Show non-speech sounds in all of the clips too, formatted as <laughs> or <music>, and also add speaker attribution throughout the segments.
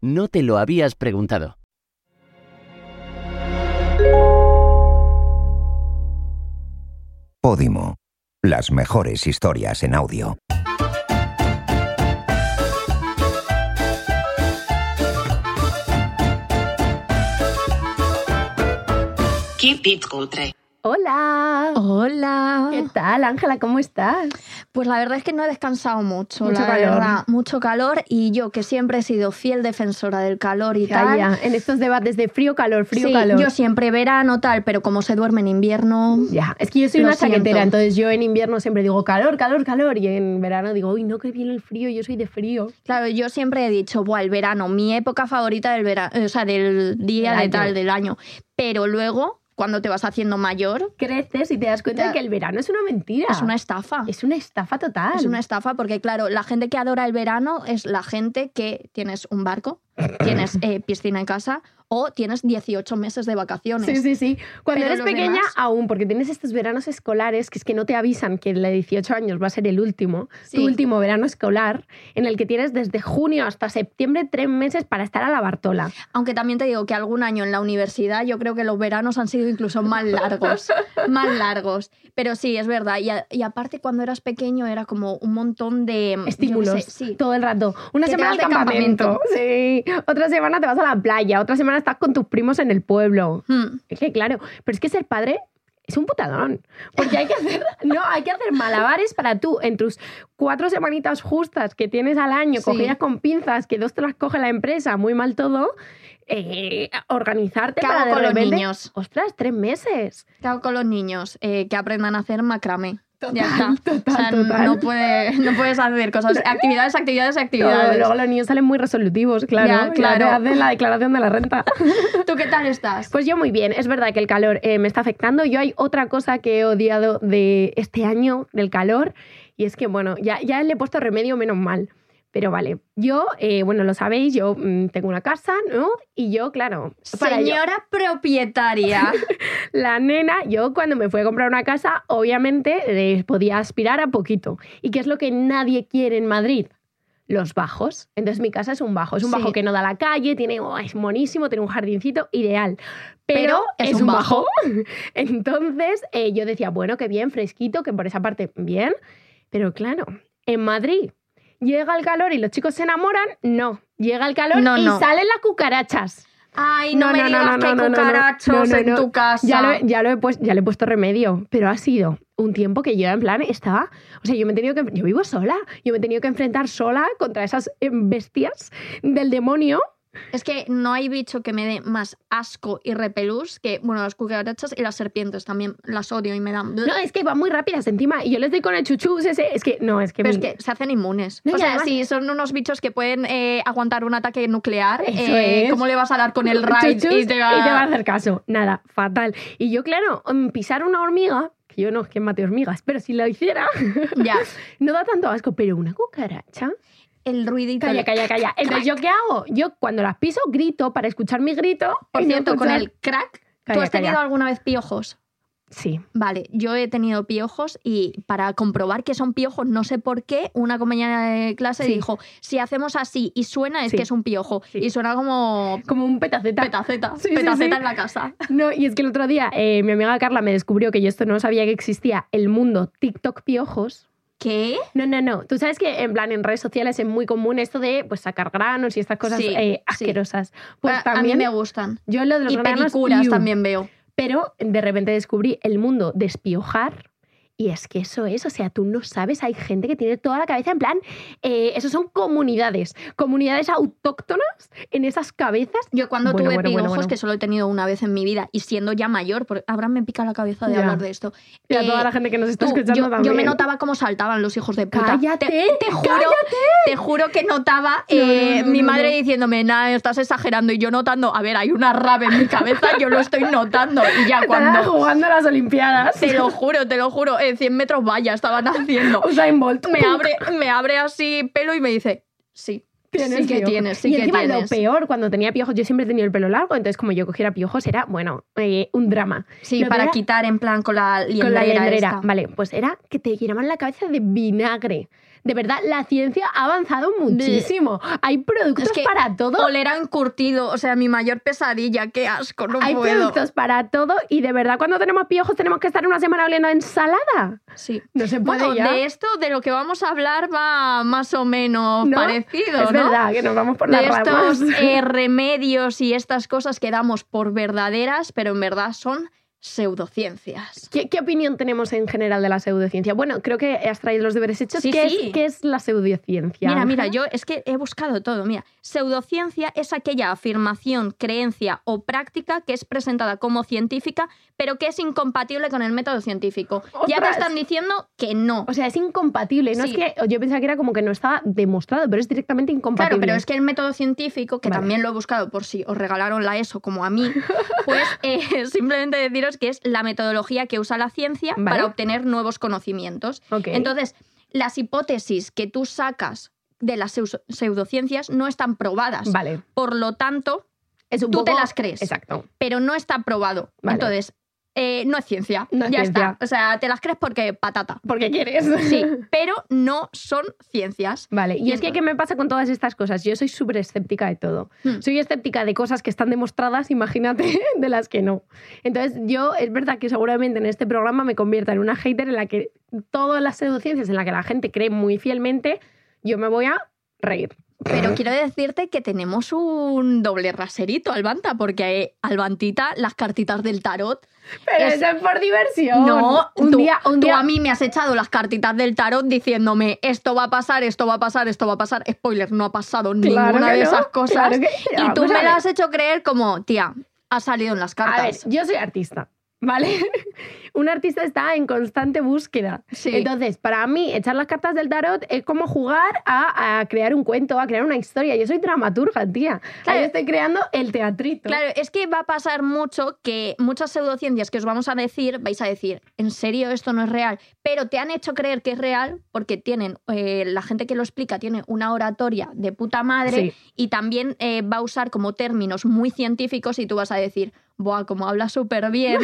Speaker 1: No te lo habías preguntado.
Speaker 2: Podimo. Las mejores historias en audio.
Speaker 3: Keep it cutre.
Speaker 4: Hola.
Speaker 5: Hola.
Speaker 4: ¿Qué tal, Ángela? ¿Cómo estás?
Speaker 5: Eh, Pues la verdad es que no he descansado mucho,
Speaker 4: Mucho
Speaker 5: la
Speaker 4: calor.
Speaker 5: verdad. Mucho calor y yo que siempre he sido fiel defensora del calor y
Speaker 4: Ya,
Speaker 5: tal.
Speaker 4: ya, en estos debates de frío, calor, frío,
Speaker 5: Sí,
Speaker 4: calor.
Speaker 5: yo siempre verano tal, pero como se duerme en invierno,
Speaker 4: Ya, es que yo soy
Speaker 5: Lo
Speaker 4: una chaquetera,
Speaker 5: siento.
Speaker 4: entonces yo en invierno siempre digo calor, calor, calor. Y en verano digo, uy, no, que viene el frío, yo soy de frío.
Speaker 5: claro, yo siempre he dicho, "Buah, el verano, mi época favorita del verano, o sea, del día
Speaker 4: Del
Speaker 5: de
Speaker 4: año.
Speaker 5: tal del año." Pero luego, cuando te vas haciendo mayor,
Speaker 4: Creces y te das cuenta
Speaker 5: Ya.
Speaker 4: de que el verano es una mentira.
Speaker 5: es una estafa.
Speaker 4: Es una estafa total.
Speaker 5: Es una estafa porque, claro, la gente que adora el verano es la gente que tienes un barco, tienes eh, piscina en casa o tienes 18 meses de vacaciones.
Speaker 4: Sí, sí, sí. Cuando
Speaker 5: Pero
Speaker 4: eres
Speaker 5: los
Speaker 4: pequeña,
Speaker 5: demás-
Speaker 4: aún, porque tienes estos veranos escolares que es que no te avisan que el de 18 años va a ser el último, tu
Speaker 5: Sí.
Speaker 4: último verano escolar, en el que tienes desde junio hasta septiembre tres meses para estar a la Bartola.
Speaker 5: Aunque también te digo que algún año en la universidad yo creo que los veranos han sido incluso más largos,
Speaker 4: <laughs>
Speaker 5: más largos. Pero sí, es verdad. Y, a- y aparte cuando eras pequeño era como un montón de... yo qué
Speaker 4: Estímulos
Speaker 5: sé, sí.
Speaker 4: todo el rato. Una
Speaker 5: Que te
Speaker 4: semana
Speaker 5: vas
Speaker 4: de
Speaker 5: de
Speaker 4: campamento. Sí. Otra semana te vas a la playa. Otra semana estás con tus primos en el pueblo.
Speaker 5: Hmm.
Speaker 4: Es que claro, pero es que ser padre es un putadón. Porque hay que
Speaker 5: <laughs>
Speaker 4: hacer, no, hay que hacer malabares para tú, en tus cuatro semanitas justas que tienes al año,
Speaker 5: Sí.
Speaker 4: cogidas con pinzas, que dos te las coge la empresa, muy mal todo, eh, organizarte
Speaker 5: ¿Qué
Speaker 4: para
Speaker 5: hago
Speaker 4: de
Speaker 5: con los
Speaker 4: repente-
Speaker 5: niños?
Speaker 4: Ostras, tres meses.
Speaker 5: ¿Qué hago con los niños? Eh, que aprendan a hacer macramé. ya está.
Speaker 4: <laughs> total,
Speaker 5: o sea,
Speaker 4: total.
Speaker 5: No, puede- no puedes hacer cosas.
Speaker 4: <laughs>
Speaker 5: Actividades, actividades,
Speaker 4: Luego,
Speaker 5: actividades.
Speaker 4: luego los niños salen muy resolutivos, claro.
Speaker 5: Ya,
Speaker 4: Ya
Speaker 5: claro.
Speaker 4: te hacen la declaración de la renta.
Speaker 5: ¿Tú qué tal estás?
Speaker 4: Pues yo muy bien, es verdad que el calor eh, me está afectando. Yo hay otra cosa que he odiado de este año, del calor, y es que, bueno, ya, ya le he puesto remedio, menos mal. Pero vale, yo, eh, bueno, lo sabéis, yo mm, tengo una casa, ¿no? Y yo, claro, para ello-
Speaker 5: Señora propietaria.
Speaker 4: la nena, yo cuando me fui a comprar una casa, obviamente eh, podía aspirar a poquito. ¿Y qué es lo que nadie quiere en Madrid? Los bajos. Entonces mi casa es un bajo. Es un
Speaker 5: Sí.
Speaker 4: bajo que no da a la calle, tiene, oh, es monísimo, tiene un jardincito ideal. Pero,
Speaker 5: Pero
Speaker 4: es, un bajo. <laughs> Entonces eh, yo decía, bueno, que bien, fresquito, que por esa parte bien. Pero claro, en Madrid llega el calor y los chicos se enamoran. No, llega el calor
Speaker 5: No,
Speaker 4: y
Speaker 5: no.
Speaker 4: salen las cucarachas.
Speaker 5: Ay, no, me digas que
Speaker 4: no, no,
Speaker 5: hay
Speaker 4: no, no.
Speaker 5: cucarachos
Speaker 4: No, no,
Speaker 5: en
Speaker 4: no.
Speaker 5: tu casa.
Speaker 4: Ya lo, he- ya, lo he puesto, ya le he puesto remedio, pero ha sido un tiempo que yo en plan estaba, o sea, yo me he tenido que, yo vivo sola, yo me he tenido que enfrentar sola contra esas eh, bestias del demonio.
Speaker 5: Es que no hay bicho que me dé más asco y repelús que, bueno, las cucarachas y las serpientes también las odio y me dan.
Speaker 4: No, es que van muy rápidas encima y yo les doy con el chuchus ese, es que no, es que...
Speaker 5: Pero es
Speaker 4: mi-
Speaker 5: que se hacen inmunes.
Speaker 4: No, y
Speaker 5: o sea,
Speaker 4: además-
Speaker 5: sí, son unos bichos que pueden eh, aguantar un ataque nuclear.
Speaker 4: Eso
Speaker 5: eh,
Speaker 4: es.
Speaker 5: ¿Cómo le vas a dar
Speaker 4: <laughs>
Speaker 5: con el raid
Speaker 4: Chuchus
Speaker 5: y te va-
Speaker 4: a hacer caso. Nada, fatal. Y yo, claro, mm, pisar una hormiga, que yo no es que mate hormigas, pero si lo hiciera, <laughs>
Speaker 5: Ya,
Speaker 4: no da tanto asco, pero una cucaracha...
Speaker 5: <laughs> el ruidito.
Speaker 4: Calla, calla, calla. Entonces, ¿yo qué hago? Yo cuando las piso grito para escuchar mi grito.
Speaker 5: Por
Speaker 4: y no
Speaker 5: cierto, con
Speaker 4: escuchar-
Speaker 5: el crack, ¿tú
Speaker 4: Calla,
Speaker 5: has tenido
Speaker 4: calla.
Speaker 5: alguna vez piojos?
Speaker 4: Sí.
Speaker 5: Vale, yo he tenido piojos y para comprobar que son piojos, no sé por qué, una compañera de clase
Speaker 4: Sí.
Speaker 5: dijo, si hacemos así y suena es
Speaker 4: Sí.
Speaker 5: que es un piojo.
Speaker 4: Sí.
Speaker 5: Y suena como
Speaker 4: Como un petaceta.
Speaker 5: petaceta,
Speaker 4: Sí, sí, sí.
Speaker 5: petaceta en la casa.
Speaker 4: No, y es que el otro día eh, mi amiga Carla me descubrió que yo esto no sabía que existía el mundo TikTok piojos.
Speaker 5: ¿Qué?
Speaker 4: No, no, no. Tú sabes que en plan en redes sociales es muy común esto de pues sacar granos y estas cosas
Speaker 5: Sí,
Speaker 4: eh,
Speaker 5: sí.
Speaker 4: asquerosas. Pues
Speaker 5: a, a mí
Speaker 4: también
Speaker 5: me gustan.
Speaker 4: yo lo de los
Speaker 5: Y
Speaker 4: granos
Speaker 5: pelicuras
Speaker 4: ¡iu!
Speaker 5: también veo.
Speaker 4: Pero de repente descubrí el mundo despiojar Y es que eso es, o sea, tú no sabes, hay gente que tiene toda la cabeza en plan, eh, eso son comunidades, comunidades autóctonas en esas cabezas.
Speaker 5: Yo cuando
Speaker 4: Bueno,
Speaker 5: tuve
Speaker 4: bueno, bueno,
Speaker 5: piojos,
Speaker 4: bueno.
Speaker 5: que solo he tenido una vez en mi vida, y siendo ya mayor, porque Abraham me pica la cabeza de
Speaker 4: Ya.
Speaker 5: hablar de esto.
Speaker 4: Y a
Speaker 5: Eh,
Speaker 4: toda la gente que nos está
Speaker 5: tú,
Speaker 4: escuchando
Speaker 5: yo, yo
Speaker 4: también.
Speaker 5: me notaba cómo saltaban los hijos de puta.
Speaker 4: Cállate,
Speaker 5: te, te juro, te juro que notaba
Speaker 4: No, no,
Speaker 5: eh,
Speaker 4: no, no,
Speaker 5: mi
Speaker 4: no.
Speaker 5: madre diciéndome, nada, estás exagerando, y yo notando, a ver, hay una rave en mi cabeza, yo lo estoy notando, y ya
Speaker 4: Estaban
Speaker 5: cuando...
Speaker 4: jugando a las Olimpiadas.
Speaker 5: Te lo juro, te lo juro, eh, 100 metros vaya, estaban haciendo.
Speaker 4: <laughs> Usain Bolt.
Speaker 5: Me abre, me abre así pelo y me dice, sí, sí que
Speaker 4: piojos.
Speaker 5: tienes, sí
Speaker 4: y
Speaker 5: que
Speaker 4: encima
Speaker 5: tienes.
Speaker 4: lo peor, cuando tenía piojos, yo siempre he tenido el pelo largo, entonces como yo cogiera piojos era, bueno, eh, un drama.
Speaker 5: Sí,
Speaker 4: Lo
Speaker 5: para
Speaker 4: peor-
Speaker 5: quitar en plan con la liendrera.
Speaker 4: con la
Speaker 5: esta.
Speaker 4: lendrera. Vale, pues era que te llenaban la cabeza de vinagre. De verdad, la ciencia ha avanzado muchísimo. Hay productos
Speaker 5: Es que
Speaker 4: para todo.
Speaker 5: Oler a encurtido, o sea, mi mayor pesadilla, qué asco, no
Speaker 4: Hay
Speaker 5: puedo.
Speaker 4: productos para todo y de verdad cuando tenemos piojos tenemos que estar una semana oliendo a ensalada.
Speaker 5: Sí.
Speaker 4: No se puede
Speaker 5: Bueno,
Speaker 4: ya.
Speaker 5: de esto, de lo que vamos a hablar va más o menos
Speaker 4: ¿No?
Speaker 5: parecido,
Speaker 4: es
Speaker 5: ¿no?
Speaker 4: verdad que nos vamos por las
Speaker 5: De estos
Speaker 4: ramas. <laughs>
Speaker 5: eh, remedios y estas cosas que damos por verdaderas, pero en verdad son pseudociencias.
Speaker 4: ¿Qué, qué opinión tenemos en general de la pseudociencia? Bueno, creo que has traído los deberes hechos.
Speaker 5: Sí,
Speaker 4: ¿Qué,
Speaker 5: sí.
Speaker 4: Es, qué es la pseudociencia?
Speaker 5: Mira, mira,
Speaker 4: Ángela?
Speaker 5: yo es que he buscado todo. Mira, pseudociencia es aquella afirmación, creencia o práctica que es presentada como científica, pero que es incompatible con el método científico. Ya te
Speaker 4: Ostras.
Speaker 5: están diciendo que no.
Speaker 4: O sea, es incompatible. No es
Speaker 5: Sí.
Speaker 4: que yo pensaba que era como que no estaba demostrado, pero es directamente
Speaker 5: Claro,
Speaker 4: incompatible.
Speaker 5: pero es que el método científico, que
Speaker 4: Vale.
Speaker 5: también lo he buscado por si os regalaron la ESO como a mí,
Speaker 4: <laughs>
Speaker 5: pues eh, simplemente deciros que es la metodología que usa la ciencia
Speaker 4: Vale.
Speaker 5: para obtener nuevos conocimientos.
Speaker 4: Ok.
Speaker 5: Entonces, las hipótesis que tú sacas de las pseu- pseudociencias no están probadas.
Speaker 4: vale.
Speaker 5: Por lo tanto,
Speaker 4: Es un
Speaker 5: tú te
Speaker 4: poco-
Speaker 5: las crees,
Speaker 4: Exacto.
Speaker 5: pero no está probado.
Speaker 4: Vale.
Speaker 5: Entonces, eh, no es ciencia.
Speaker 4: No es
Speaker 5: ya
Speaker 4: ciencia.
Speaker 5: está. O sea, te las crees porque patata.
Speaker 4: Porque quieres. <laughs>
Speaker 5: Sí, pero no son ciencias.
Speaker 4: Vale, y,
Speaker 5: Y
Speaker 4: es que
Speaker 5: entonces-
Speaker 4: ¿qué me pasa con todas estas cosas? Yo soy súper escéptica de todo.
Speaker 5: Hmm.
Speaker 4: Soy escéptica de cosas que están demostradas, imagínate, <laughs> de las que no. Entonces yo, es verdad que seguramente en este programa me convierta en una hater en la que todas las seduciencias en la que la gente cree muy fielmente, yo me voy a reír.
Speaker 5: Pero quiero decirte que tenemos un doble raserito, Albanta, porque eh, Albantita, las cartitas del tarot.
Speaker 4: Pero
Speaker 5: Es-
Speaker 4: eso es por diversión. un
Speaker 5: tú,
Speaker 4: día, un
Speaker 5: tú
Speaker 4: día
Speaker 5: a mí me has echado las cartitas del tarot diciéndome esto va a pasar, esto va a pasar, esto va a pasar. Spoiler, no ha pasado
Speaker 4: Claro
Speaker 5: ninguna
Speaker 4: que
Speaker 5: de
Speaker 4: no,
Speaker 5: esas cosas.
Speaker 4: claro que-
Speaker 5: y
Speaker 4: Vamos a
Speaker 5: tú me
Speaker 4: ver.
Speaker 5: lo has hecho creer como, tía, ha salido en las
Speaker 4: A ver,
Speaker 5: cartas.
Speaker 4: yo soy artista, ¿vale? <laughs> un artista está en constante búsqueda.
Speaker 5: Sí.
Speaker 4: Entonces, para mí, echar las cartas del tarot es como jugar a, a crear un cuento, a crear una historia. Yo soy dramaturga, tía.
Speaker 5: Claro.
Speaker 4: Ahí estoy creando el teatrito.
Speaker 5: Claro, es que va a pasar mucho que muchas pseudociencias que os vamos a decir, vais a decir, ¿en serio esto no es real? Pero te han hecho creer que es real porque tienen, eh, la gente que lo explica tiene una oratoria de puta madre
Speaker 4: Sí.
Speaker 5: y también eh, va a usar como términos muy científicos y tú vas a decir, ¡buah, como habla
Speaker 4: <laughs>
Speaker 5: súper bien!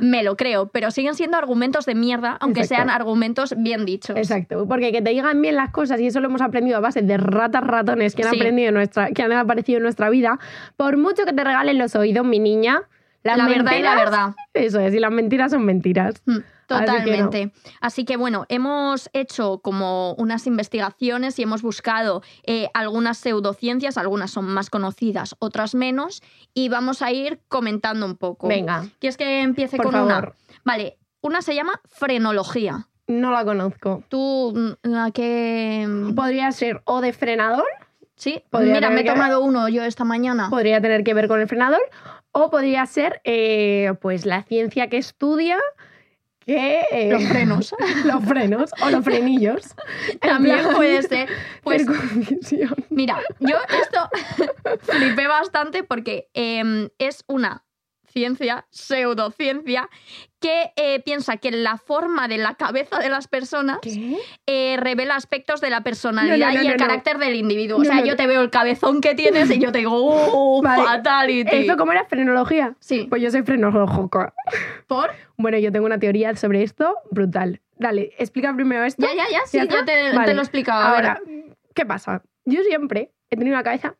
Speaker 5: me lo creo, pero siguen siendo argumentos de mierda, aunque
Speaker 4: Exacto.
Speaker 5: sean argumentos bien dichos.
Speaker 4: Exacto, porque que te digan bien las cosas, y eso lo hemos aprendido a base de ratas ratones que han,
Speaker 5: Sí.
Speaker 4: aprendido en nuestra, que han aparecido en nuestra vida, por mucho que te regalen los oídos, mi niña, las
Speaker 5: La verdad y la
Speaker 4: mentiras-
Speaker 5: verdad.
Speaker 4: Eso es, y las mentiras son mentiras.
Speaker 5: Mm,
Speaker 4: Así que no.
Speaker 5: Totalmente. Así que, bueno, hemos hecho como unas investigaciones y hemos buscado eh, algunas pseudociencias, algunas son más conocidas, otras menos, y vamos a ir comentando un poco.
Speaker 4: Venga,
Speaker 5: ¿Quieres que empiece
Speaker 4: por
Speaker 5: con una?
Speaker 4: favor,
Speaker 5: Vale, una se llama frenología.
Speaker 4: no la conozco.
Speaker 5: ¿Tú mm, a qué...? mm,
Speaker 4: Podría ser o de frenador,
Speaker 5: Sí,
Speaker 4: podría
Speaker 5: mira, me he
Speaker 4: tener que-
Speaker 5: tomado uno yo esta mañana.
Speaker 4: podría tener que ver con el frenador, o podría ser eh, pues la ciencia que estudia que eh,
Speaker 5: Los frenos.
Speaker 4: los frenos o los
Speaker 5: <laughs>
Speaker 4: frenillos. <laughs> En
Speaker 5: También
Speaker 4: plan, <laughs>
Speaker 5: puede ser. Pues
Speaker 4: circuncisión.
Speaker 5: Mira, yo esto <laughs> flipé bastante porque eh, es una ciencia, pseudociencia, que eh, piensa que la forma de la cabeza de las personas
Speaker 4: ¿Qué?
Speaker 5: eh, revela aspectos de la personalidad
Speaker 4: No, no, no,
Speaker 5: y el
Speaker 4: no, no.
Speaker 5: carácter del individuo. o
Speaker 4: No,
Speaker 5: sea,
Speaker 4: no.
Speaker 5: yo te veo el cabezón que tienes y yo te digo, ¡oh,
Speaker 4: <laughs> Vale.
Speaker 5: fatality!
Speaker 4: ¿Esto cómo era frenología?
Speaker 5: Sí,
Speaker 4: Pues yo soy frenológico.
Speaker 5: por...
Speaker 4: Bueno, yo tengo una teoría sobre esto brutal. Dale, explica primero esto.
Speaker 5: Ya, ya, ya, sí,
Speaker 4: ¿Ya está?
Speaker 5: yo te,
Speaker 4: Vale.
Speaker 5: te lo he explicado. a ver.
Speaker 4: Ahora, ¿qué pasa? Yo siempre he tenido una cabeza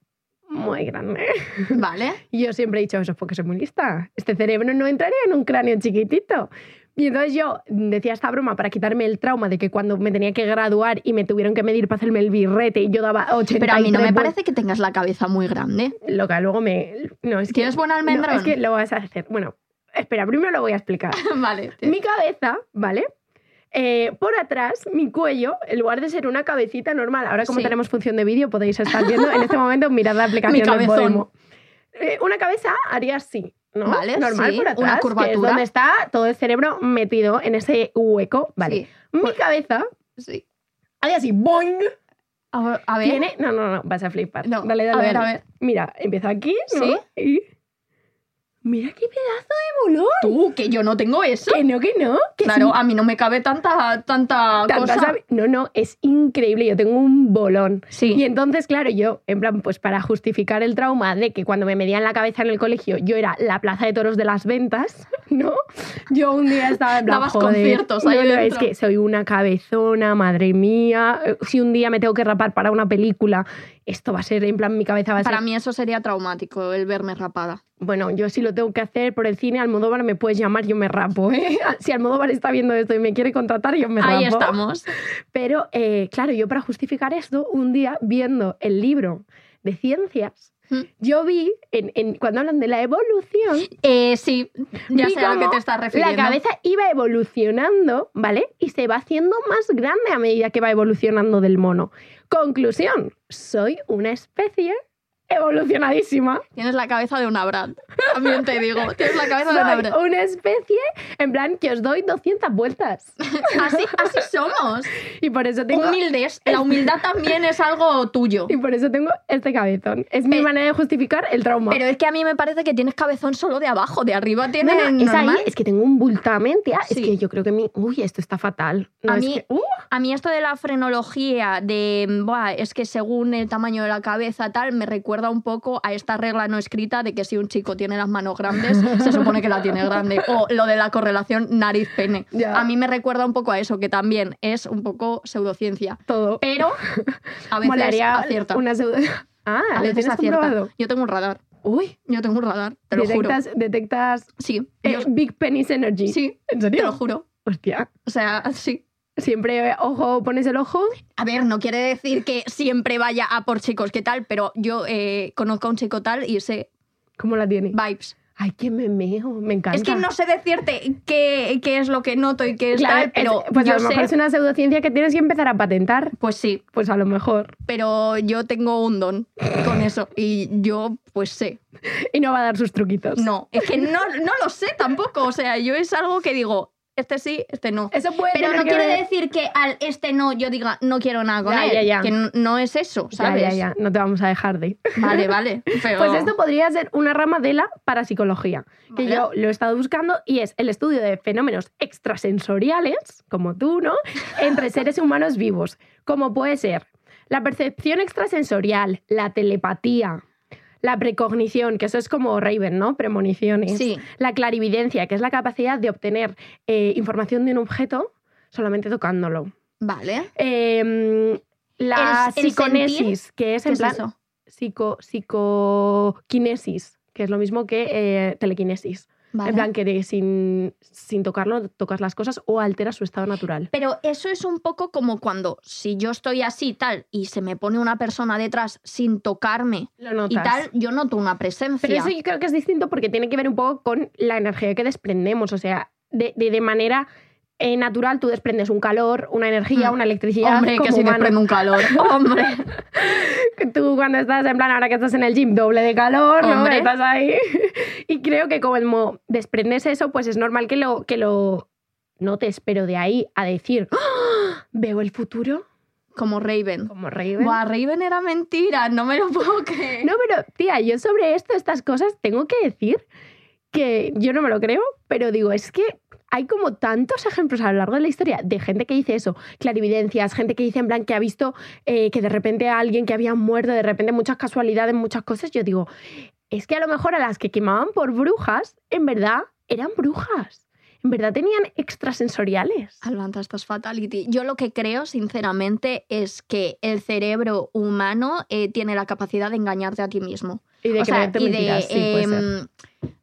Speaker 4: muy grande. <laughs>
Speaker 5: Vale.
Speaker 4: Y yo siempre he dicho, eso es porque soy muy lista. Este cerebro no entraría en un cráneo chiquitito. Y entonces yo decía esta broma para quitarme el trauma de que cuando me tenía que graduar y me tuvieron que medir para hacerme el birrete y yo daba 80
Speaker 5: Pero a mí no me parece que tengas la cabeza muy grande.
Speaker 4: Loca, luego me... No, es que...
Speaker 5: ¿Quieres buen
Speaker 4: no,
Speaker 5: almendrón?
Speaker 4: es que lo vas a hacer. Bueno, espera, primero lo voy a explicar.
Speaker 5: <laughs> Vale.
Speaker 4: Mi cabeza, ¿vale? eh, por atrás, mi cuello, en lugar de ser una cabecita normal, ahora como
Speaker 5: Sí.
Speaker 4: tenemos función de vídeo, podéis estar viendo en este momento, mirad
Speaker 5: <laughs>
Speaker 4: la aplicación
Speaker 5: Mi
Speaker 4: de
Speaker 5: cabezón.
Speaker 4: Podemo. Eh, una cabeza haría así, ¿no?
Speaker 5: Vale,
Speaker 4: Normal
Speaker 5: sí,
Speaker 4: por
Speaker 5: una
Speaker 4: atrás, que es
Speaker 5: curvatura.
Speaker 4: donde está todo el cerebro metido en ese hueco. Vale. Mi
Speaker 5: Pues-
Speaker 4: cabeza
Speaker 5: Sí, sí.
Speaker 4: haría así, boing,
Speaker 5: A, a ver.
Speaker 4: tiene... No, no, no, vas a flipar.
Speaker 5: No,
Speaker 4: Dale, dale,
Speaker 5: a ver,
Speaker 4: dale.
Speaker 5: a ver.
Speaker 4: Mira, empieza aquí, ¿no?
Speaker 5: Sí.
Speaker 4: Y... Mira qué pedazo de bolón.
Speaker 5: Tú, Uh, que yo no tengo eso.
Speaker 4: Que no, que no. Que
Speaker 5: Claro,
Speaker 4: sí.
Speaker 5: a mí no me cabe tanta, tanta,
Speaker 4: Tantas
Speaker 5: cosa.
Speaker 4: hab- No, no, es increíble. Yo tengo un bolón.
Speaker 5: Sí.
Speaker 4: Y entonces, claro, yo, en plan, pues para justificar el trauma de que cuando me medían la cabeza en el colegio, yo era la plaza de toros de las ventas, <laughs> ¿no? Yo un día estaba en plan,
Speaker 5: Dabas
Speaker 4: "Joder,
Speaker 5: conciertos ahí
Speaker 4: no, no, es
Speaker 5: dentro".
Speaker 4: que soy una cabezona, madre mía. eh, Si un día me tengo que rapar para una película, esto va a ser, en plan, mi cabeza va a
Speaker 5: Para
Speaker 4: ser...
Speaker 5: mí eso sería traumático, el verme rapada.
Speaker 4: Bueno, yo si lo tengo que hacer por el cine, Almodóvar me puedes llamar, yo me rapo, ¿eh? <laughs> Si Almodóvar está viendo esto y me quiere contratar, yo me rapo.
Speaker 5: Ahí estamos.
Speaker 4: Pero eh, claro, yo para justificar esto, un día viendo el libro de ciencias,
Speaker 5: Mm.
Speaker 4: yo vi, en, en- cuando hablan de la
Speaker 5: <gasps>
Speaker 4: evolución,
Speaker 5: Eh, sí, ya
Speaker 4: Vi
Speaker 5: sé a lo que
Speaker 4: cómo
Speaker 5: te estás
Speaker 4: la
Speaker 5: refiriendo.
Speaker 4: cabeza iba evolucionando, ¿vale? Y se va haciendo más grande a medida que va evolucionando del mono. Conclusión, soy una especie evolucionadísima.
Speaker 5: Tienes la cabeza de una Brad. También te digo, tienes la cabeza de una Brad.
Speaker 4: Soy una especie, en plan, que os doy 200 vueltas.
Speaker 5: Así, así somos.
Speaker 4: Y por eso tengo...
Speaker 5: Humildes. La humildad también es algo tuyo.
Speaker 4: Y por eso tengo este cabezón. Es mi
Speaker 5: Eh,
Speaker 4: manera de justificar el trauma.
Speaker 5: Pero es que a mí me parece que tienes cabezón solo de abajo, de arriba
Speaker 4: No,
Speaker 5: tienes
Speaker 4: no, es ahí,
Speaker 5: normal.
Speaker 4: es que tengo un bultamen, tía.
Speaker 5: Sí.
Speaker 4: Es que yo creo que mi. Uy, esto está fatal. No,
Speaker 5: A
Speaker 4: es
Speaker 5: mí-
Speaker 4: que- ¡Uh!
Speaker 5: A mí esto de la frenología, de, mm, "Buah, es que según el tamaño de la cabeza tal, me recuerda un poco a esta regla no escrita de que si un chico tiene las manos
Speaker 4: <laughs>
Speaker 5: grandes, se supone que la tiene grande. O lo de la correlación nariz-pene.
Speaker 4: Ya.
Speaker 5: A mí me recuerda un poco a eso, que también es un poco pseudociencia.
Speaker 4: todo. <laughs>
Speaker 5: Pero a veces
Speaker 4: Molaría
Speaker 5: acierta.
Speaker 4: Una pseudo- <laughs> Ah,
Speaker 5: a
Speaker 4: lo
Speaker 5: veces
Speaker 4: tienes
Speaker 5: acierta.
Speaker 4: comprobado.
Speaker 5: Yo tengo un radar.
Speaker 4: Uy,
Speaker 5: Yo tengo un radar, te lo juro.
Speaker 4: detectas, detectas
Speaker 5: Sí,
Speaker 4: eh,
Speaker 5: yo-
Speaker 4: Big Penis Energy.
Speaker 5: sí,
Speaker 4: ¿En
Speaker 5: te
Speaker 4: serio?
Speaker 5: lo juro.
Speaker 4: Hostia.
Speaker 5: O sea, sí.
Speaker 4: Siempre, eh, ojo, pones el ojo.
Speaker 5: A ver, no quiere decir que siempre vaya a por chicos, ¿qué tal? Pero yo eh, conozco a un chico tal y sé
Speaker 4: ¿Cómo la tiene?
Speaker 5: vibes.
Speaker 4: Ay, que me meo. Me encanta.
Speaker 5: Es que no sé decirte qué, qué es lo que noto y qué es
Speaker 4: Claro,
Speaker 5: tal, pero
Speaker 4: es- pues
Speaker 5: yo
Speaker 4: a lo
Speaker 5: sé.
Speaker 4: mejor es una pseudociencia que tienes que empezar a patentar.
Speaker 5: Pues sí,
Speaker 4: Pues a lo mejor. <laughs>
Speaker 5: pero yo tengo un don con eso y yo pues sé.
Speaker 4: Y no va a dar sus truquitos.
Speaker 5: No, es que no, no lo sé tampoco. O sea, yo es algo que digo, este sí, este no.
Speaker 4: Eso puede
Speaker 5: Pero
Speaker 4: tener
Speaker 5: no
Speaker 4: que
Speaker 5: quiere
Speaker 4: ver-
Speaker 5: decir que al este no yo diga no quiero nada con
Speaker 4: Ya,
Speaker 5: él.
Speaker 4: ya, ya.
Speaker 5: Que n- no es eso,
Speaker 4: Ya,
Speaker 5: ¿sabes?
Speaker 4: ya, ya. No te vamos a dejar de.
Speaker 5: Vale, vale.
Speaker 4: <laughs>
Speaker 5: Pero...
Speaker 4: Pues esto podría ser una rama de la parapsicología, que
Speaker 5: Vale.
Speaker 4: yo lo he estado buscando y es el estudio de fenómenos extrasensoriales, como tú, ¿no?
Speaker 5: <laughs>
Speaker 4: Entre seres humanos vivos, como puede ser la percepción extrasensorial, la telepatía, la precognición, que eso es como Raven, ¿no? Premoniciones.
Speaker 5: Sí,
Speaker 4: La clarividencia, que es la capacidad de obtener eh, información de un objeto solamente tocándolo.
Speaker 5: vale.
Speaker 4: Eh, la
Speaker 5: El- el
Speaker 4: psiconesis, que es
Speaker 5: ¿Qué
Speaker 4: en
Speaker 5: es
Speaker 4: plan
Speaker 5: eso?
Speaker 4: psico, psicoquinesis, que es lo mismo que eh, telequinesis.
Speaker 5: Vale.
Speaker 4: En plan que de- sin, sin tocarlo tocas las cosas o alteras su estado natural.
Speaker 5: Pero eso es un poco como cuando si yo estoy así tal y se me pone una persona detrás sin tocarme
Speaker 4: Lo notas.
Speaker 5: y tal, yo noto una presencia.
Speaker 4: Pero eso yo creo que es distinto porque tiene que ver un poco con la energía que desprendemos. O sea, de, de- de manera eh, natural tú desprendes un calor, una energía,
Speaker 5: Mm.
Speaker 4: una electricidad.
Speaker 5: Hombre, que
Speaker 4: como
Speaker 5: si te
Speaker 4: humano.
Speaker 5: prende
Speaker 4: <laughs>
Speaker 5: un calor. Hombre.
Speaker 4: Tú cuando estás en plan, ahora que estás en el gym, doble de calor, ¿no?
Speaker 5: Hombre.
Speaker 4: Estás ahí. <laughs> Y creo que como desprendes eso, pues es normal que lo, que lo notes, pero de ahí a decir, "¡Ah! veo el futuro
Speaker 5: Como Raven.
Speaker 4: como Raven.
Speaker 5: Buah, Raven era mentira,
Speaker 4: <laughs>
Speaker 5: no me lo puedo creer.
Speaker 4: No, pero tía, yo sobre esto, estas cosas, tengo que decir que yo no me lo creo, pero digo, es que hay como tantos ejemplos a lo largo de la historia de gente que dice eso, clarividencias, gente que dice en plan que ha visto eh, que de repente a alguien que había muerto, de repente muchas casualidades, muchas cosas, yo digo, es que a lo mejor a las que quemaban por brujas, en verdad eran brujas, en verdad tenían extrasensoriales.
Speaker 5: Alvanta, esto es fatality. Yo lo que creo, sinceramente, es que el cerebro humano eh, tiene la capacidad de engañarte a ti mismo.
Speaker 4: Y de
Speaker 5: o sea,
Speaker 4: creerte
Speaker 5: y de
Speaker 4: mentiras, sí, puede ser.
Speaker 5: em,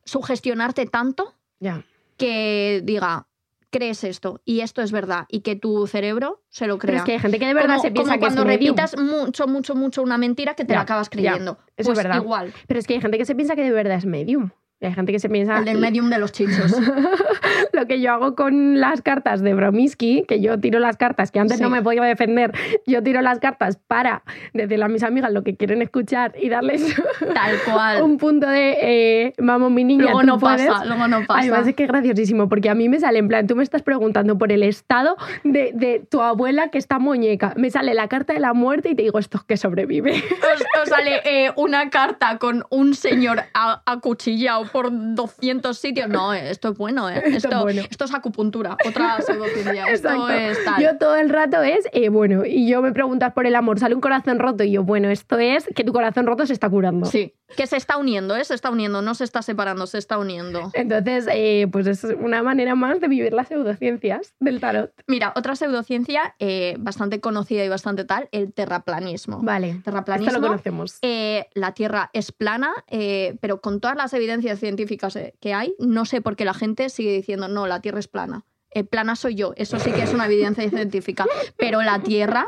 Speaker 5: sugestionarte tanto
Speaker 4: Ya.
Speaker 5: que diga, crees esto y esto es verdad y que tu cerebro se lo
Speaker 4: Pero
Speaker 5: crea.
Speaker 4: es que hay gente que de verdad
Speaker 5: como,
Speaker 4: se piensa
Speaker 5: como
Speaker 4: que es
Speaker 5: cuando
Speaker 4: medium.
Speaker 5: repitas mucho, mucho, mucho una mentira que te
Speaker 4: Ya,
Speaker 5: la acabas creyendo.
Speaker 4: eso es
Speaker 5: pues
Speaker 4: verdad.
Speaker 5: igual.
Speaker 4: Pero es que hay gente que se piensa que de verdad es medium. Ah, Y hay gente que se piensa...
Speaker 5: El del medium de los chichos.
Speaker 4: <laughs> lo que yo hago con las cartas de Bromiski, que yo tiro las cartas, que antes
Speaker 5: Sí.
Speaker 4: no me podía defender, yo tiro las cartas para decirle a mis amigas lo que quieren escuchar y darles
Speaker 5: Tal
Speaker 4: <laughs>
Speaker 5: cual.
Speaker 4: un punto de, eh, vamos, mi niña,
Speaker 5: Luego
Speaker 4: tú
Speaker 5: no
Speaker 4: puedes.
Speaker 5: pasa, luego no pasa.
Speaker 4: Además es que es graciosísimo, porque a mí me sale en plan, tú me estás preguntando por el estado de, de tu abuela que está muñeca. Me sale la carta de la muerte y te digo, esto es que sobrevive.
Speaker 5: <laughs> Os, os sale eh, una carta con un señor a- acuchillado por 200 sitios. No, eh, esto es
Speaker 4: <laughs>
Speaker 5: bueno, ¿eh?
Speaker 4: es
Speaker 5: Esto, esto,
Speaker 4: bueno.
Speaker 5: es acupuntura,
Speaker 4: <laughs>
Speaker 5: otra pseudociencia.
Speaker 4: Exacto.
Speaker 5: Esto es tal.
Speaker 4: Yo todo el rato es, eh, bueno, y yo me preguntas por el amor, sale un corazón roto y yo, bueno, esto es que tu corazón roto se está curando.
Speaker 5: Sí, que se está uniendo, ¿eh? Se está uniendo, no se está separando, se está uniendo.
Speaker 4: Entonces, eh, pues es una manera más de vivir las pseudociencias del tarot.
Speaker 5: Mira, otra pseudociencia eh, bastante conocida y bastante tal, el terraplanismo.
Speaker 4: Vale.
Speaker 5: Terraplanismo.
Speaker 4: Esto lo conocemos.
Speaker 5: eh, la Tierra es plana, eh, pero con todas las evidencias científicas eh, que hay, no sé por qué la gente sigue diciendo, no, la Tierra es plana. Eh, plana soy yo, eso sí que es una evidencia <laughs> científica. Pero la Tierra,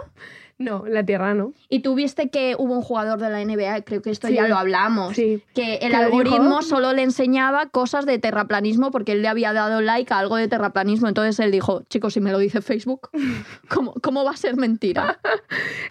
Speaker 4: No, la Tierra no.
Speaker 5: y tú viste que hubo un jugador de la NBA, creo que esto
Speaker 4: Sí.
Speaker 5: ya lo hablamos,
Speaker 4: Sí.
Speaker 5: que el
Speaker 4: Que lo
Speaker 5: algoritmo
Speaker 4: dijo.
Speaker 5: solo le enseñaba cosas de terraplanismo porque él le había dado like a algo de terraplanismo, entonces él dijo, chicos, si me lo dice Facebook, <laughs> ¿cómo, cómo va a ser <laughs> mentira?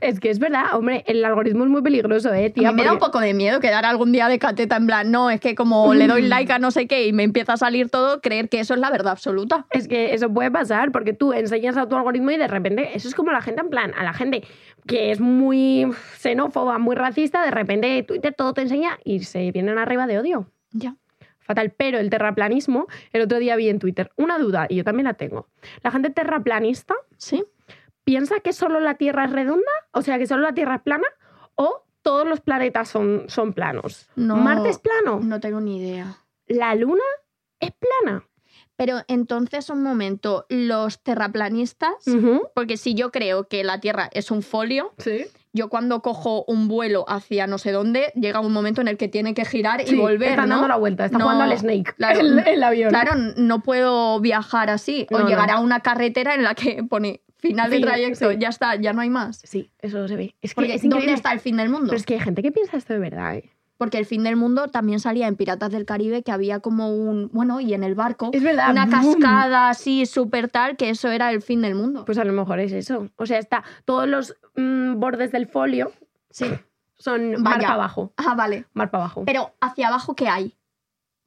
Speaker 4: Es que es verdad, hombre, el algoritmo es muy peligroso, ¿eh, tía?
Speaker 5: A mí me da un
Speaker 4: porque-
Speaker 5: poco de miedo quedar algún día de cateta en plan, no, es que como le <laughs> doy like a no sé qué y me empieza a salir todo, creer que eso es la verdad absoluta.
Speaker 4: Es que eso puede pasar porque tú enseñas a tu algoritmo y de repente eso es como la gente en plan, a la gente que es muy xenófoba, muy racista, de repente Twitter todo te enseña y se vienen arriba de odio.
Speaker 5: Ya.
Speaker 4: Fatal, pero el terraplanismo, el otro día vi en Twitter una duda y yo también la tengo. ¿La gente terraplanista
Speaker 5: Sí.
Speaker 4: piensa que solo la Tierra es redonda? O sea, que solo la Tierra es plana o todos los planetas son, son planos.
Speaker 5: No.
Speaker 4: Marte es plano,
Speaker 5: No tengo ni idea.
Speaker 4: la Luna es plana.
Speaker 5: Pero entonces, un momento, los terraplanistas, porque si yo creo que la Tierra es un folio,
Speaker 4: Sí.
Speaker 5: yo cuando cojo un vuelo hacia no sé dónde, llega un momento en el que tiene que girar y
Speaker 4: Sí,
Speaker 5: volver,
Speaker 4: Están
Speaker 5: ¿no?
Speaker 4: dando la vuelta, están
Speaker 5: No,
Speaker 4: jugando al Snake, <laughs>
Speaker 5: claro.
Speaker 4: el, el avión.
Speaker 5: Claro, no puedo viajar así
Speaker 4: No,
Speaker 5: o
Speaker 4: no.
Speaker 5: llegar a una carretera en la que pone final de
Speaker 4: Fin,
Speaker 5: trayecto,
Speaker 4: sí.
Speaker 5: ya está, ya no hay más.
Speaker 4: Sí, eso se ve. Es que
Speaker 5: Porque
Speaker 4: es
Speaker 5: ¿dónde
Speaker 4: increíble.
Speaker 5: está el fin del mundo?
Speaker 4: Pero es que hay gente que piensa esto de verdad, ¿eh?
Speaker 5: Porque el fin del mundo también salía en Piratas del Caribe, que había como un. Bueno, y en el barco.
Speaker 4: Es verdad.
Speaker 5: Una
Speaker 4: boom.
Speaker 5: cascada así súper tal, que eso era el fin del mundo.
Speaker 4: Pues a lo mejor es eso. O sea, está todos los mm, bordes del folio
Speaker 5: sí.
Speaker 4: son mar
Speaker 5: Vaya.
Speaker 4: para abajo.
Speaker 5: Ah, vale.
Speaker 4: Mar para abajo.
Speaker 5: Pero hacia abajo, ¿qué hay?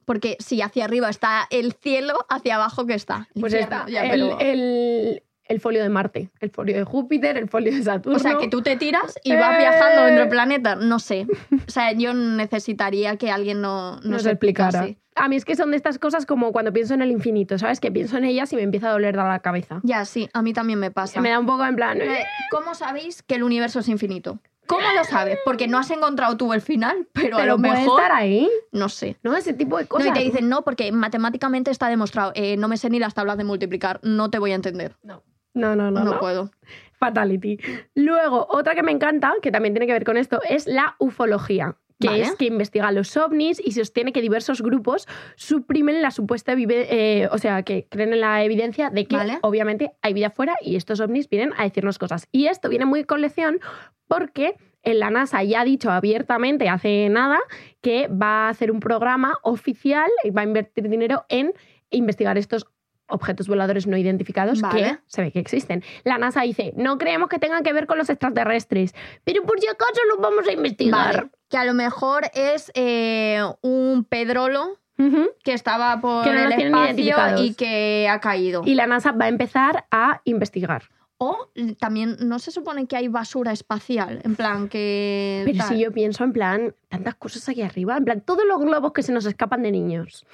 Speaker 5: Porque si hacia arriba está el cielo, hacia abajo, ¿qué está? El
Speaker 4: pues
Speaker 5: infierno,
Speaker 4: está
Speaker 5: ya,
Speaker 4: el,
Speaker 5: pero-
Speaker 4: el- el folio de Marte, el folio de Júpiter, el folio de Saturno.
Speaker 5: O sea, que tú te tiras y
Speaker 4: Eh.
Speaker 5: vas viajando entre planetas. No sé. O sea, yo necesitaría que alguien no, no
Speaker 4: nos
Speaker 5: se
Speaker 4: explicara.
Speaker 5: explicase.
Speaker 4: A mí es que son de estas cosas como cuando pienso en el infinito, ¿sabes? Que pienso en ellas y me empieza a doler la cabeza.
Speaker 5: Ya, sí, a mí también me pasa.
Speaker 4: Me da un poco en plan...
Speaker 5: Eh, ¿Cómo sabéis que el universo es infinito? ¿Cómo lo sabes? Porque no has encontrado tú el final, pero, a
Speaker 4: pero
Speaker 5: lo
Speaker 4: puede
Speaker 5: mejor.
Speaker 4: estar ahí,
Speaker 5: No sé.
Speaker 4: ¿no? Ese tipo de
Speaker 5: No,
Speaker 4: cosas.
Speaker 5: y te dicen no, porque matemáticamente está demostrado. Eh, no me sé ni las tablas de multiplicar. No te voy a entender.
Speaker 4: No, no, no.
Speaker 5: No,
Speaker 4: no.
Speaker 5: puedo.
Speaker 4: Fatality. Luego, otra que me encanta, que también tiene que ver con esto, es la ufología, que
Speaker 5: Vale.
Speaker 4: es que investiga los ovnis y sostiene que diversos grupos suprimen la supuesta vive- eh, o sea, que creen en la evidencia de que
Speaker 5: Vale.
Speaker 4: obviamente hay vida fuera y estos ovnis vienen a decirnos cosas. Y esto viene muy con lección porque en la NASA ya ha dicho abiertamente hace nada que va a hacer un programa oficial y va a invertir dinero en investigar estos objetos voladores no identificados que
Speaker 5: Vale.
Speaker 4: se ve que existen. La NASA dice, no creemos que tengan que ver con los extraterrestres, pero por si acaso los vamos a investigar.
Speaker 5: Vale. Que a lo mejor es eh, un pedrolo
Speaker 4: Ujú.
Speaker 5: que estaba por
Speaker 4: Que no los
Speaker 5: el
Speaker 4: tienen
Speaker 5: espacio
Speaker 4: identificados.
Speaker 5: y que ha caído.
Speaker 4: Y la NASA va a empezar a investigar.
Speaker 5: O también no se supone que hay basura espacial. En plan que.
Speaker 4: Pero
Speaker 5: tal.
Speaker 4: si yo pienso en plan, tantas cosas aquí arriba, en plan, todos los globos que se nos escapan de niños.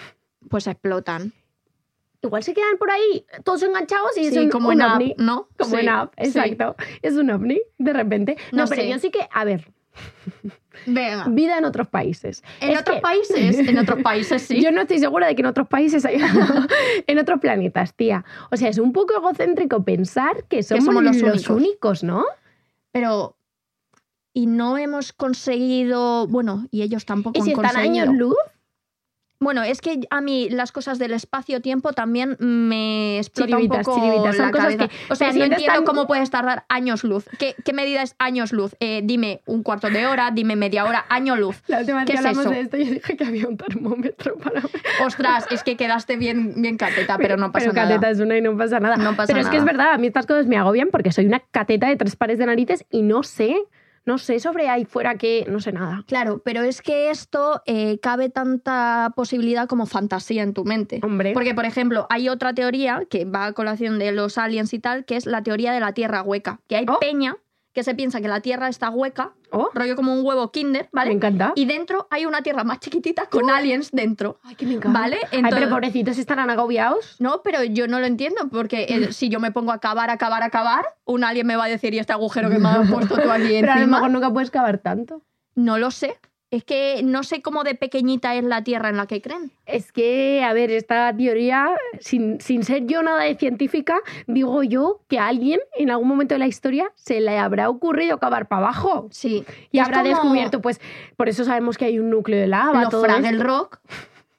Speaker 5: Pues explotan.
Speaker 4: Igual se quedan por ahí todos enganchados y
Speaker 5: Sí,
Speaker 4: es un-
Speaker 5: como
Speaker 4: un
Speaker 5: en app,
Speaker 4: ovni.
Speaker 5: ¿no?
Speaker 4: Como
Speaker 5: Sí,
Speaker 4: en app,
Speaker 5: sí.
Speaker 4: exacto. Es un ovni, de repente. No,
Speaker 5: No
Speaker 4: pero
Speaker 5: sé.
Speaker 4: yo sí que, a ver,
Speaker 5: Venga.
Speaker 4: vida en otros países.
Speaker 5: En
Speaker 4: Es
Speaker 5: otros
Speaker 4: que- <laughs>
Speaker 5: países, en otros países sí.
Speaker 4: Yo no estoy segura de que en otros países <laughs> hay en otros planetas, tía. O sea, es un poco egocéntrico pensar que somos,
Speaker 5: somos
Speaker 4: los,
Speaker 5: los
Speaker 4: únicos.
Speaker 5: únicos.
Speaker 4: ¿no?
Speaker 5: Pero. Y no hemos conseguido. Bueno, y ellos tampoco
Speaker 4: Y si
Speaker 5: han
Speaker 4: están
Speaker 5: conseguido.
Speaker 4: años luz,
Speaker 5: Bueno, es que a mí las cosas del espacio-tiempo también me explota un
Speaker 4: Chiribitas,
Speaker 5: poco
Speaker 4: chiribitas, son
Speaker 5: la
Speaker 4: cosas
Speaker 5: cabeza.
Speaker 4: que
Speaker 5: O sea,
Speaker 4: te
Speaker 5: no
Speaker 4: sientes
Speaker 5: entiendo
Speaker 4: tan-
Speaker 5: cómo puedes tardar años luz. ¿Qué, qué medida es años luz? Eh, dime un cuarto de hora, dime media hora, año luz.
Speaker 4: La última vez
Speaker 5: ¿Qué
Speaker 4: que
Speaker 5: es
Speaker 4: hablamos
Speaker 5: eso?
Speaker 4: de esto, yo dije que había un termómetro para
Speaker 5: Ostras, es que quedaste bien, bien cateta, pero no pasa
Speaker 4: Ah, Pero
Speaker 5: nada.
Speaker 4: cateta es una y no pasa nada.
Speaker 5: No pasa
Speaker 4: pero es que es
Speaker 5: nada.
Speaker 4: verdad, a mí estas cosas me agobian porque soy una cateta de tres pares de narices y no sé, no sé sobre ahí fuera que no sé nada.
Speaker 5: Claro, pero es que esto eh, cabe tanta posibilidad como fantasía en tu mente.
Speaker 4: Hombre,
Speaker 5: Porque, por ejemplo, hay otra teoría que va a colación de los aliens y tal, que es la teoría de la Tierra hueca. Que hay
Speaker 4: Oh.
Speaker 5: peña que se piensa que la Tierra está hueca,
Speaker 4: oh,
Speaker 5: rollo como un huevo kinder,
Speaker 4: me
Speaker 5: ¿vale?
Speaker 4: encanta. ¡Oh!
Speaker 5: Y dentro hay una Tierra más chiquitita con aliens dentro,
Speaker 4: Ay, que me encanta.
Speaker 5: ¿vale?
Speaker 4: Ay,
Speaker 5: Entonces-
Speaker 4: pero pobrecitos estarán agobiados.
Speaker 5: No, pero yo no lo entiendo, porque
Speaker 4: <laughs>
Speaker 5: eh, si yo me pongo a cavar, a cavar, a cavar, un alien me va a decir, ¿y este agujero que
Speaker 4: <laughs>
Speaker 5: me has puesto tú aquí
Speaker 4: Pero a lo
Speaker 5: encima?
Speaker 4: mejor nunca puedes cavar tanto.
Speaker 5: No lo sé. Es que no sé cómo de pequeñita es la Tierra en la que creen.
Speaker 4: Es que, a ver, esta teoría, sin, sin ser yo nada de científica, digo yo que a alguien en algún momento de la historia se le habrá ocurrido cavar para abajo.
Speaker 5: Sí.
Speaker 4: Y
Speaker 5: Es
Speaker 4: habrá
Speaker 5: como
Speaker 4: descubierto, pues, por eso sabemos que hay un núcleo de lava,
Speaker 5: Los
Speaker 4: todo esto.
Speaker 5: Fraggle Rock.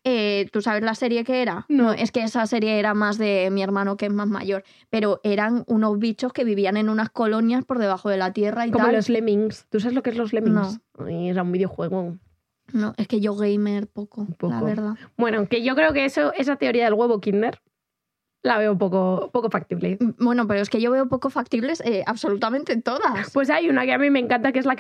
Speaker 5: eh, ¿Tú sabes la serie que era?
Speaker 4: No.
Speaker 5: es que esa serie era más de mi hermano que es más mayor, pero eran unos bichos que vivían en unas colonias por debajo de la tierra y
Speaker 4: Como
Speaker 5: tal.
Speaker 4: los Lemmings. ¿Tú sabes lo que es los Lemmings? Ay, era un videojuego.
Speaker 5: No, es que yo gamer poco, la
Speaker 4: Poco.
Speaker 5: verdad.
Speaker 4: Bueno, que yo creo que eso, esa teoría del huevo Kinder la veo poco, poco factible.
Speaker 5: M- Mm, Bueno, pero es que yo veo poco factibles eh, absolutamente todas.
Speaker 4: Pues hay una que a mí me encanta que es la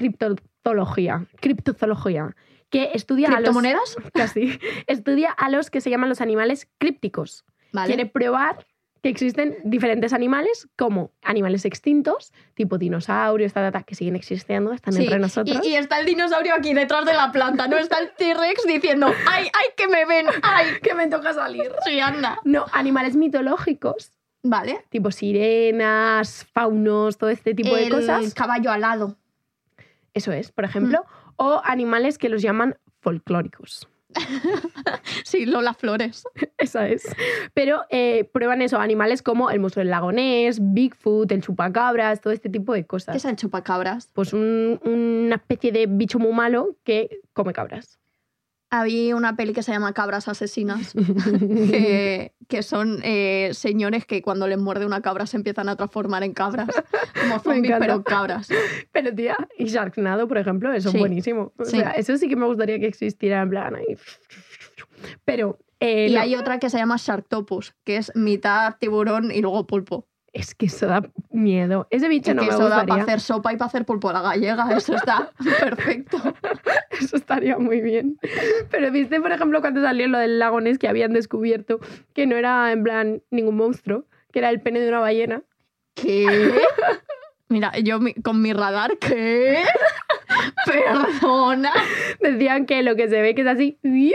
Speaker 4: criptozoología. Criptozoología. Que estudia a los.
Speaker 5: ¿Criptomonedas?
Speaker 4: Casi. Estudia a los que se llaman los animales crípticos.
Speaker 5: Vale.
Speaker 4: Quiere probar que existen diferentes animales, como animales extintos, tipo dinosaurios, ta, ta, ta, que siguen existiendo, están
Speaker 5: Sí,
Speaker 4: entre nosotros.
Speaker 5: Y, y está el dinosaurio aquí detrás de la planta, no está el T-Rex diciendo, ay, ay, que me ven, ay,
Speaker 4: Que me toca salir.
Speaker 5: sí, anda.
Speaker 4: No, animales mitológicos.
Speaker 5: Vale.
Speaker 4: tipo sirenas, faunos, todo este tipo de
Speaker 5: El
Speaker 4: cosas.
Speaker 5: caballo alado.
Speaker 4: Eso es, por ejemplo. O animales que los llaman folclóricos. <laughs>
Speaker 5: Sí, Lola Flores.
Speaker 4: Esa es. Pero eh, prueban eso, animales como el monstruo del lagonés, Bigfoot, el chupacabras, todo este tipo de
Speaker 5: ¿Qué es
Speaker 4: cosas.
Speaker 5: el chupacabras?
Speaker 4: Pues un- una especie de bicho muy malo que come
Speaker 5: <laughs>
Speaker 4: cabras.
Speaker 5: Había una peli que se llama Cabras <laughs> Asesinas, que, que son eh, señores que cuando les muerde una cabra se empiezan a transformar en <laughs> cabras. Como zombies,
Speaker 4: encanta.
Speaker 5: pero cabras.
Speaker 4: Pero tía, y Sharknado, por ejemplo, eso
Speaker 5: Sí.
Speaker 4: es buenísimo. O
Speaker 5: Sí.
Speaker 4: sea, eso sí que me gustaría que existiera en plan ahí. Pero... eh,
Speaker 5: Y
Speaker 4: no.
Speaker 5: hay otra que se llama Sharktopus, que es mitad tiburón y luego pulpo.
Speaker 4: Es que eso da miedo. Ese bicho
Speaker 5: Y
Speaker 4: no
Speaker 5: que
Speaker 4: me
Speaker 5: eso da
Speaker 4: gustaría.
Speaker 5: para hacer sopa y para hacer pulpo a la gallega. <laughs> Eso está perfecto.
Speaker 4: <laughs> Eso estaría muy bien. Pero viste, por ejemplo, cuando salió lo del lago Ness que habían descubierto que no era en plan ningún monstruo, que era el pene de una ballena.
Speaker 5: ¿Qué? Mira, yo mi- con mi radar,
Speaker 4: <laughs>
Speaker 5: ¿qué? Perdona.
Speaker 4: Decían que lo que se ve que es así ¡iu!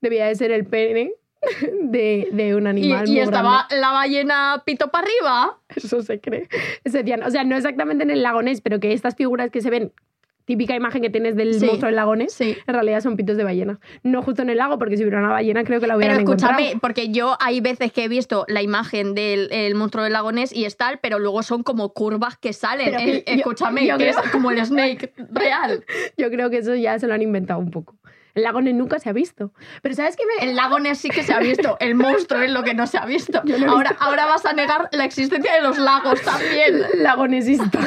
Speaker 4: debía de ser el pene <laughs> de, de un
Speaker 5: Y,
Speaker 4: animal.
Speaker 5: y
Speaker 4: muy
Speaker 5: estaba
Speaker 4: grande. <laughs>
Speaker 5: la ballena pito para arriba.
Speaker 4: Eso se cree. Se decían, o sea, no exactamente en el lago Ness, pero que estas figuras que se ven, típica imagen que tienes del
Speaker 5: Sí.
Speaker 4: monstruo del lago Ness,
Speaker 5: Sí.
Speaker 4: en realidad son pitos de ballena. No justo en el lago, porque si hubiera una ballena creo que la
Speaker 5: Pero
Speaker 4: hubieran
Speaker 5: escúchame,
Speaker 4: encontrado.
Speaker 5: porque yo hay veces que he visto la imagen del el monstruo del lagonés y es tal, pero luego son como curvas que salen.
Speaker 4: Pero
Speaker 5: Eh,
Speaker 4: que yo-
Speaker 5: escúchame,
Speaker 4: yo
Speaker 5: que
Speaker 4: creo-
Speaker 5: es como el
Speaker 4: <laughs>
Speaker 5: Snake real.
Speaker 4: Yo creo que eso ya se lo han inventado un poco. El lago Ness nunca se ha visto. Pero ¿sabes qué me...?
Speaker 5: El lagonés sí que se ha visto, el monstruo es lo que no se ha visto.
Speaker 4: Yo no he
Speaker 5: ahora, ahora vas a negar la existencia de los lagos también.
Speaker 4: <laughs> El lago Nessista.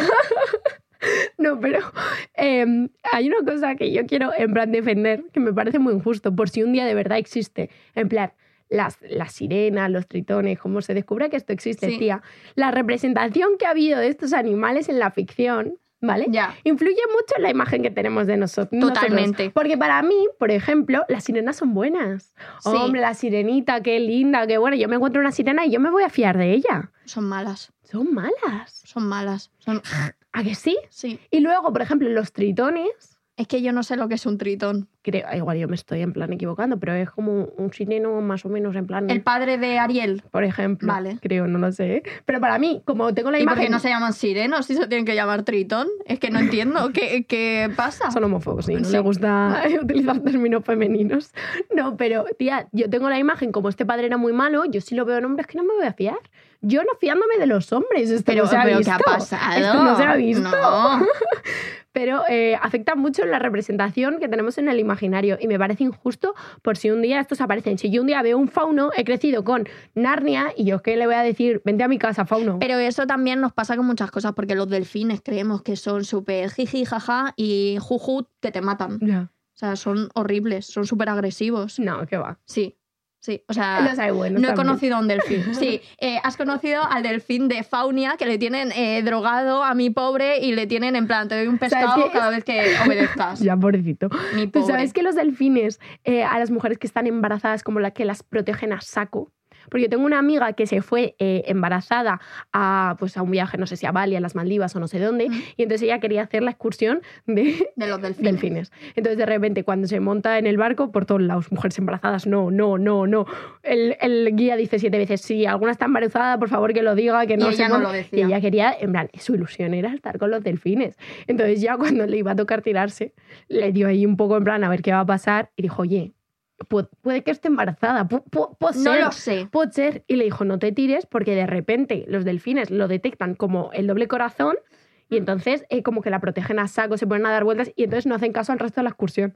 Speaker 4: No, pero eh, hay una cosa que yo quiero en plan defender que me parece muy injusto, por si un día de verdad existe. En plan, las, las sirenas, los tritones, como se descubre que esto existe,
Speaker 5: Sí.
Speaker 4: tía. La representación que ha habido de estos animales en la ficción, ¿vale?
Speaker 5: Ya.
Speaker 4: Influye mucho en la imagen que tenemos de noso- nosotros.
Speaker 5: Totalmente.
Speaker 4: Porque para mí, por ejemplo, las sirenas son buenas.
Speaker 5: Sí.
Speaker 4: Hombre, la sirenita, qué linda, qué buena. Yo me encuentro una sirena y yo me voy a fiar de ella.
Speaker 5: Son malas,
Speaker 4: Son malas.
Speaker 5: son malas. Son...
Speaker 4: ¿A que sí?
Speaker 5: Sí.
Speaker 4: Y luego, por ejemplo, los tritones.
Speaker 5: Es que yo no sé lo que es un tritón.
Speaker 4: Creo, igual yo me estoy en plan equivocando, pero es como un sireno más o menos en plan.
Speaker 5: El padre de Ariel.
Speaker 4: por ejemplo.
Speaker 5: Vale.
Speaker 4: Creo, no lo sé. ¿eh? Pero para mí, como tengo la
Speaker 5: ¿Y por
Speaker 4: imagen.
Speaker 5: qué no se llaman sirenos si se tienen que llamar tritón? Es que no entiendo. ¿Qué, qué pasa?
Speaker 4: Son homófobos, sí, no
Speaker 5: Sí.
Speaker 4: les gusta <laughs> utilizar términos femeninos. No, pero tía, yo tengo la imagen como este padre era muy malo, yo sí lo veo en hombres que no me voy a fiar. Yo no fiándome de los hombres, esto
Speaker 5: Pero,
Speaker 4: no se ha
Speaker 5: pero ¿qué
Speaker 4: visto.
Speaker 5: ha pasado?
Speaker 4: Esto no se ha visto.
Speaker 5: No.
Speaker 4: pero eh, afecta mucho en la representación que tenemos en el imaginario y me parece injusto por si un día estos aparecen. Si yo un día veo un fauno, he crecido con Narnia y yo qué le voy a decir, vente a mi casa, fauno.
Speaker 5: Pero eso también nos pasa con muchas cosas, porque los delfines creemos que son súper jiji, jaja y juju, que te matan.
Speaker 4: Ya.
Speaker 5: O sea, son horribles, son súper agresivos.
Speaker 4: No, qué va.
Speaker 5: Sí, sí. O sea,
Speaker 4: Los hay buenos
Speaker 5: Ah, no he
Speaker 4: también.
Speaker 5: conocido a un delfín.
Speaker 4: <laughs>
Speaker 5: Sí, eh, has conocido al delfín de Faunia, que le tienen eh, drogado a mi pobre y le tienen en plan, te doy un
Speaker 4: sea,
Speaker 5: pescado
Speaker 4: que-
Speaker 5: cada vez que
Speaker 4: <laughs>
Speaker 5: obedezcas.
Speaker 4: Ya, pobrecito.
Speaker 5: Mi
Speaker 4: Tú
Speaker 5: pobre.
Speaker 4: sabes que los delfines, eh, a las mujeres que están embarazadas, como la que las protegen a saco. Porque yo tengo una amiga que se fue eh, embarazada a, pues, a un viaje, no sé si a Bali, a las Maldivas o no sé dónde,
Speaker 5: Mm.
Speaker 4: y entonces ella quería hacer la excursión de
Speaker 5: De los delfines.
Speaker 4: delfines. Entonces de repente cuando se monta en el barco, por todos lados, mujeres embarazadas, no, no, no, no. El, el guía dice siete veces, si alguna está embarazada, por favor que lo diga, que
Speaker 5: Y
Speaker 4: no
Speaker 5: ella
Speaker 4: se
Speaker 5: no
Speaker 4: monte".
Speaker 5: lo decía.
Speaker 4: Y ella quería, en plan, su ilusión era estar con los delfines. Entonces ya cuando le iba a tocar tirarse, le dio ahí un poco en plan a ver qué va a pasar y dijo, oye, pu- puede que esté embarazada, pu- pu- puede
Speaker 5: No
Speaker 4: ser".
Speaker 5: lo sé.
Speaker 4: Pocher y le dijo, no te tires porque de repente los delfines lo detectan como el doble corazón y entonces eh, como que la protegen a saco, se ponen a dar vueltas y entonces no hacen caso al resto de la excursión.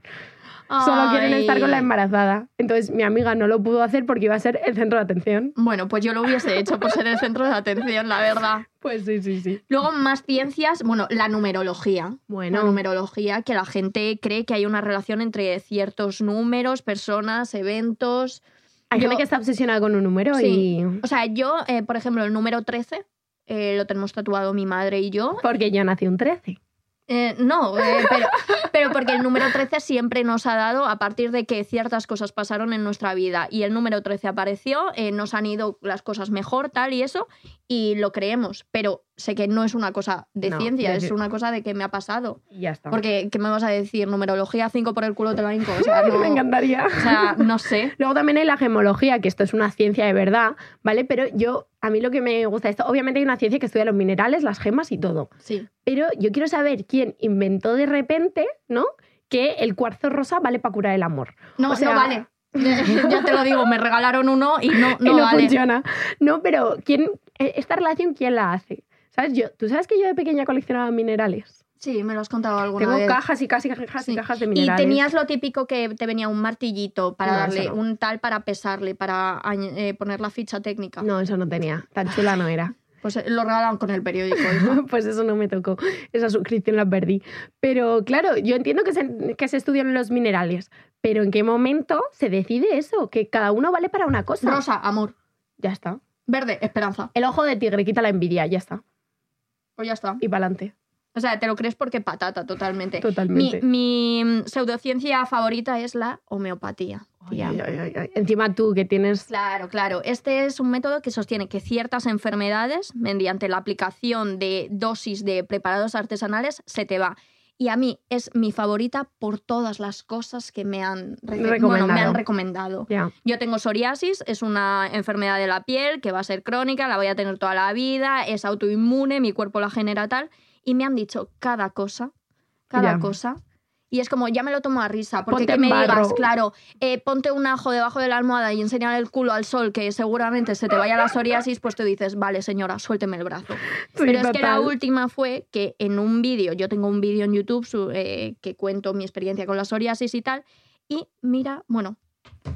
Speaker 4: Solo quieren
Speaker 5: Ay.
Speaker 4: estar con la embarazada. Entonces mi amiga no lo pudo hacer porque iba a ser el centro de atención.
Speaker 5: Bueno, pues yo lo hubiese hecho por ser el centro de atención, la verdad.
Speaker 4: Pues sí, sí, sí.
Speaker 5: Luego, más ciencias, bueno, la numerología. La
Speaker 4: Bueno,
Speaker 5: numerología, que la gente cree que hay una relación entre ciertos números, personas, eventos.
Speaker 4: hay gente
Speaker 5: yo-
Speaker 4: que está obsesionada con un número
Speaker 5: Sí.
Speaker 4: y...
Speaker 5: O sea, yo, eh, por ejemplo, el número 13 eh, lo tenemos tatuado mi madre y yo.
Speaker 4: Porque yo nací un 13.
Speaker 5: Eh, no, eh,
Speaker 4: <laughs>
Speaker 5: pero, pero porque el número 13 siempre nos ha dado a partir de que ciertas cosas pasaron en nuestra vida y el número 13 apareció, eh, nos han ido las cosas mejor, tal y eso, y lo creemos, pero sé que no es una cosa de
Speaker 4: No,
Speaker 5: ciencia,
Speaker 4: ya
Speaker 5: es
Speaker 4: sé.
Speaker 5: una cosa de que me ha pasado.
Speaker 4: Y ya está.
Speaker 5: Porque, ¿qué me vas a decir? Numerología 5 por el culo te la hinco. O sea, no,
Speaker 4: <laughs> Me encantaría.
Speaker 5: o sea, no sé.
Speaker 4: Luego también hay la gemología, que esto es una ciencia de verdad, ¿vale? Pero yo, a mí lo que me gusta de esto, obviamente hay una ciencia que estudia los minerales, las gemas y todo.
Speaker 5: Sí.
Speaker 4: Pero yo quiero saber quién inventó de repente, ¿no? Que el cuarzo rosa vale para curar el amor.
Speaker 5: No,
Speaker 4: O sea-
Speaker 5: no
Speaker 4: <laughs>
Speaker 5: vale. ya te lo digo, me regalaron uno y no, no
Speaker 4: y <laughs> no
Speaker 5: vale.
Speaker 4: funciona. No, pero ¿quién, e- esta relación, ¿quién la hace? ¿Sabes? Yo, ¿Tú sabes que yo de pequeña coleccionaba minerales?
Speaker 5: Sí, me lo has contado alguna
Speaker 4: Tengo
Speaker 5: vez.
Speaker 4: cajas y cajas y cajas
Speaker 5: Sí.
Speaker 4: y cajas de
Speaker 5: y
Speaker 4: minerales.
Speaker 5: tenías lo típico que te venía un martillito para
Speaker 4: No,
Speaker 5: darle,
Speaker 4: eso no.
Speaker 5: un tal para pesarle, para añ- eh, poner la ficha técnica.
Speaker 4: No, eso no tenía. Tan chula no era. <laughs>
Speaker 5: Pues eh, lo regalaron con el periódico. hija.
Speaker 4: Pues eso no me tocó, esa suscripción la perdí. Pero claro, yo entiendo que se, que se estudian los minerales, pero ¿en qué momento se decide eso? Que cada uno vale para una cosa.
Speaker 5: Rosa, amor.
Speaker 4: Ya está.
Speaker 5: Verde, esperanza.
Speaker 4: El ojo de tigre quita la envidia, ya está.
Speaker 5: Pues ya está.
Speaker 4: Y para adelante,
Speaker 5: O sea, te lo crees porque patata, totalmente. Mi,
Speaker 4: totalmente.
Speaker 5: mi pseudociencia favorita es la homeopatía. tía.
Speaker 4: Ay, ay, ay, ay. Encima tú que tienes...
Speaker 5: Claro, claro. Este es un método que sostiene que ciertas enfermedades, mediante la aplicación de dosis de preparados artesanales, se te va. Y a mí es mi favorita por todas las cosas que me han, rece-
Speaker 4: Recomendado.
Speaker 5: bueno, me han recomendado.
Speaker 4: Ya.
Speaker 5: Yo tengo psoriasis, es una enfermedad de la piel que va a ser crónica, la voy a tener toda la vida, es autoinmune, mi cuerpo la genera tal. Y me han dicho cada cosa, cada
Speaker 4: Ya.
Speaker 5: cosa. Y es como, ya me lo tomo a risa, porque
Speaker 4: Ponte
Speaker 5: que
Speaker 4: en
Speaker 5: me digas,
Speaker 4: barro.
Speaker 5: claro, eh, ponte un ajo debajo de la almohada y enseñar el culo al sol, que seguramente se te vaya la psoriasis, pues tú dices, vale señora, suélteme el brazo.
Speaker 4: <laughs> Sí,
Speaker 5: Pero es que la
Speaker 4: total.
Speaker 5: última fue que en un vídeo, yo tengo un vídeo en YouTube su- eh, que cuento mi experiencia con la psoriasis y tal, y mira, bueno,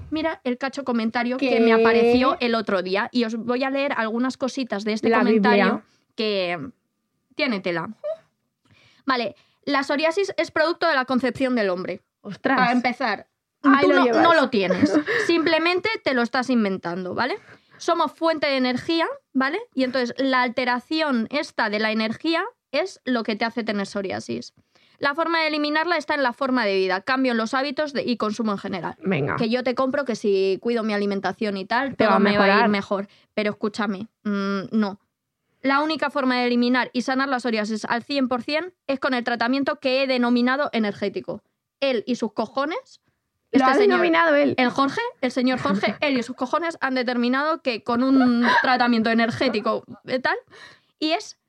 Speaker 5: mira el cacho comentario que
Speaker 4: ¿Qué?
Speaker 5: me apareció el otro día y os voy a leer algunas cositas de este
Speaker 4: La
Speaker 5: comentario
Speaker 4: Biblia.
Speaker 5: que tiene tela. Vale, la psoriasis es producto de la concepción del hombre.
Speaker 4: Ostras.
Speaker 5: Para empezar,
Speaker 4: Ahí
Speaker 5: tú
Speaker 4: lo
Speaker 5: no,
Speaker 4: llevas.
Speaker 5: no lo tienes. Simplemente te lo estás inventando, ¿vale? Somos fuente de energía, ¿vale? Y entonces la alteración esta de la energía es lo que te hace tener psoriasis. La forma de eliminarla está en la forma de vida, cambio en los hábitos de- y consumo en general.
Speaker 4: Venga.
Speaker 5: Que yo te compro que si cuido mi alimentación y tal,
Speaker 4: Ah. Te va
Speaker 5: todo
Speaker 4: a
Speaker 5: me va a ir
Speaker 4: mejorar.
Speaker 5: mejor. Pero escúchame, mm, no. La única forma de eliminar y sanar la psoriasis al 100% es con el tratamiento que he denominado energético. Él y sus cojones.
Speaker 4: lo ha
Speaker 5: este señor-
Speaker 4: denominado él.
Speaker 5: el Jorge, el señor Jorge,
Speaker 4: <laughs>
Speaker 5: él y sus cojones han determinado que con un tratamiento energético eh, tal, y es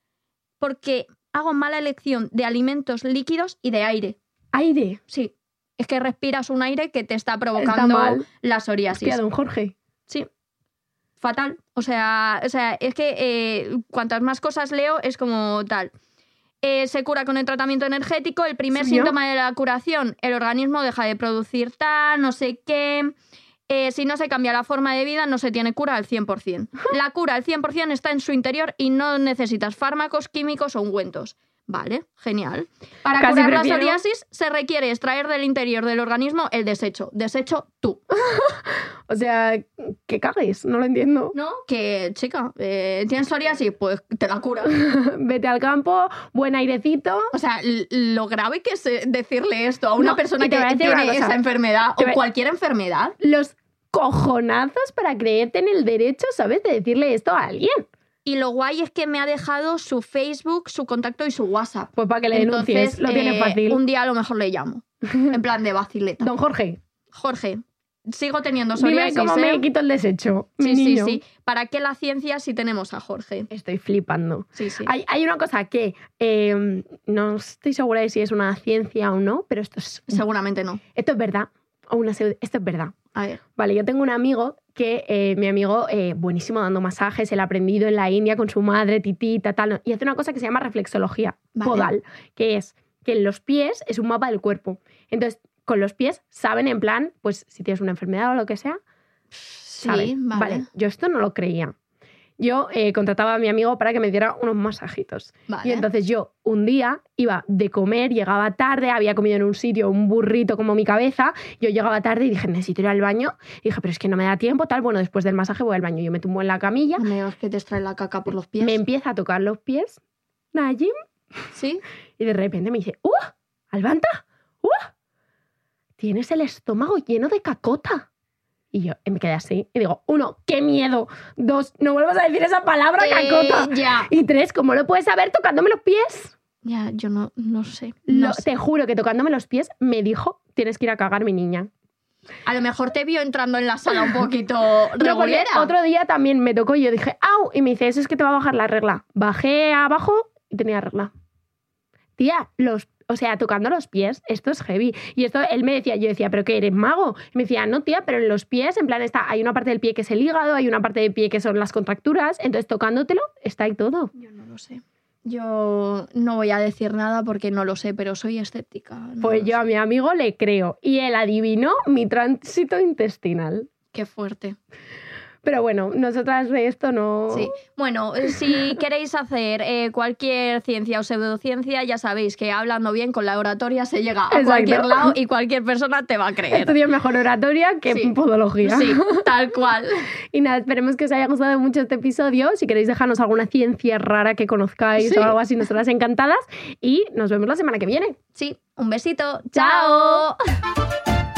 Speaker 5: porque hago mala elección de alimentos líquidos y de aire.
Speaker 4: Aire.
Speaker 5: Sí, es que respiras un aire que te está provocando
Speaker 4: Está mal.
Speaker 5: la
Speaker 4: Hostia,
Speaker 5: psoriasis.
Speaker 4: don Jorge.
Speaker 5: Sí. Fatal. O sea, o sea es que eh, cuantas más cosas leo es como tal. eh, se cura con el tratamiento energético. El primer
Speaker 4: ¿Soy yo?
Speaker 5: síntoma de la curación, el organismo deja de producir tal, no sé qué. Eh, si no se cambia la forma de vida, no se tiene cura al
Speaker 4: <laughs>
Speaker 5: 100%. La cura al 100% está en su interior y no necesitas fármacos, químicos o ungüentos. Vale, genial. Para
Speaker 4: Casi
Speaker 5: curar
Speaker 4: prefiero-
Speaker 5: la psoriasis se requiere extraer del interior del organismo el desecho. Desecho tú.
Speaker 4: O sea, que cagues, no lo entiendo. <laughs>
Speaker 5: ¿No? Que, chica, eh, ¿tienes psoriasis? Pues te la cura.
Speaker 4: Vete al campo, buen airecito.
Speaker 5: O sea, l- lo grave que es eh, decirle esto a una
Speaker 4: No,
Speaker 5: persona
Speaker 4: y te
Speaker 5: que
Speaker 4: voy a decir
Speaker 5: tiene
Speaker 4: una cosa.
Speaker 5: esa enfermedad
Speaker 4: Te
Speaker 5: o
Speaker 4: voy a-
Speaker 5: cualquier enfermedad.
Speaker 4: Los cojonazos para creerte en el derecho, ¿sabes? De decirle esto a alguien.
Speaker 5: Y lo guay es que me ha dejado su Facebook, su contacto y su WhatsApp.
Speaker 4: Pues para que le
Speaker 5: Entonces,
Speaker 4: denuncies, lo tiene
Speaker 5: eh,
Speaker 4: fácil.
Speaker 5: Un día a lo mejor le llamo. En plan de vacileta.
Speaker 4: Don Jorge,
Speaker 5: Jorge, sigo teniendo
Speaker 4: dime
Speaker 5: psoriasis.
Speaker 4: cómo
Speaker 5: ¿eh?
Speaker 4: me quito el desecho. mi
Speaker 5: Sí, sí,
Speaker 4: niño.
Speaker 5: sí. ¿Para qué la ciencia si tenemos a Jorge?
Speaker 4: Estoy flipando.
Speaker 5: Sí, sí.
Speaker 4: Hay, hay una cosa que eh, no estoy segura de si es una ciencia o no, pero esto
Speaker 5: Mm.
Speaker 4: es,
Speaker 5: Seguramente no.
Speaker 4: esto es verdad. O una pseudo- esto es verdad.
Speaker 5: A ver.
Speaker 4: Vale, yo tengo un amigo que, eh, mi amigo, eh, buenísimo dando masajes, él ha aprendido en la India con su madre, titita, tal, no, y hace una cosa que se llama reflexología
Speaker 5: Vale.
Speaker 4: podal, que es que los pies es un mapa del cuerpo. Entonces, con los pies saben en plan, pues si tienes una enfermedad o lo que sea,
Speaker 5: Sí,
Speaker 4: saben.
Speaker 5: vale. Vale.
Speaker 4: yo esto no lo creía. Yo eh, contrataba a mi amigo para que me diera unos masajitos. Y entonces yo un día iba de comer, llegaba tarde, había comido en un sitio un burrito como mi cabeza, yo llegaba tarde y dije, necesito ir al baño. Y dije, pero es que no me da tiempo, tal. Bueno, después del masaje voy al baño. Yo me tumbo en la camilla,
Speaker 5: A menos que te extrae la caca por los pies.
Speaker 4: me empieza a tocar los pies, Najim,
Speaker 5: Sí.
Speaker 4: y de repente me dice, ¡Uh! ¡Alvanta! ¡Uh! Tienes el estómago lleno de cacota. Y yo me quedé así y digo, uno, qué miedo. Dos, no vuelvas a decir esa palabra,
Speaker 5: Eh,
Speaker 4: cacota.
Speaker 5: ya.
Speaker 4: Y tres, ¿cómo lo puedes saber tocándome los pies?
Speaker 5: Ya, yo no, no sé.
Speaker 4: Lo-
Speaker 5: no sé.
Speaker 4: Te juro que tocándome los pies me dijo, tienes que ir a cagar, mi niña.
Speaker 5: A lo mejor te vio entrando en la
Speaker 4: <laughs>
Speaker 5: sala un poquito
Speaker 4: No, porque
Speaker 5: regulera.
Speaker 4: otro día también me tocó y yo dije, au, y me dice, eso es que te va a bajar la regla. Bajé abajo y tenía regla. Tía, los, o sea, tocando los pies, esto es heavy. Y esto él me decía, yo decía, pero qué eres mago. Y me decía, no, tía, pero en los pies, en plan, está, hay una parte del pie que es el hígado, hay una parte del pie que son las contracturas, entonces tocándotelo está ahí todo.
Speaker 5: Yo no lo sé. Yo no voy a decir nada porque no lo sé, pero soy escéptica. no
Speaker 4: Pues
Speaker 5: lo
Speaker 4: yo
Speaker 5: sé.
Speaker 4: a mi amigo le creo y él adivinó mi tránsito intestinal.
Speaker 5: Qué fuerte.
Speaker 4: Pero bueno, nosotras de esto no.
Speaker 5: Sí. Bueno,
Speaker 4: <laughs>
Speaker 5: eh, si queréis hacer eh, cualquier ciencia o pseudociencia, ya sabéis que hablando bien con la oratoria se llega a
Speaker 4: Exacto.
Speaker 5: cualquier lado
Speaker 4: <laughs>
Speaker 5: y cualquier persona te va a creer.
Speaker 4: Estudio mejor oratoria que
Speaker 5: Sí.
Speaker 4: podología.
Speaker 5: Sí, tal cual.
Speaker 4: Y nada, esperemos que os haya gustado mucho este episodio. Si queréis dejarnos alguna ciencia rara que conozcáis
Speaker 5: Sí.
Speaker 4: o algo así, nosotras encantadas. Y nos vemos la semana que viene.
Speaker 5: Sí, un besito.
Speaker 4: Chao.
Speaker 5: ¡Chao!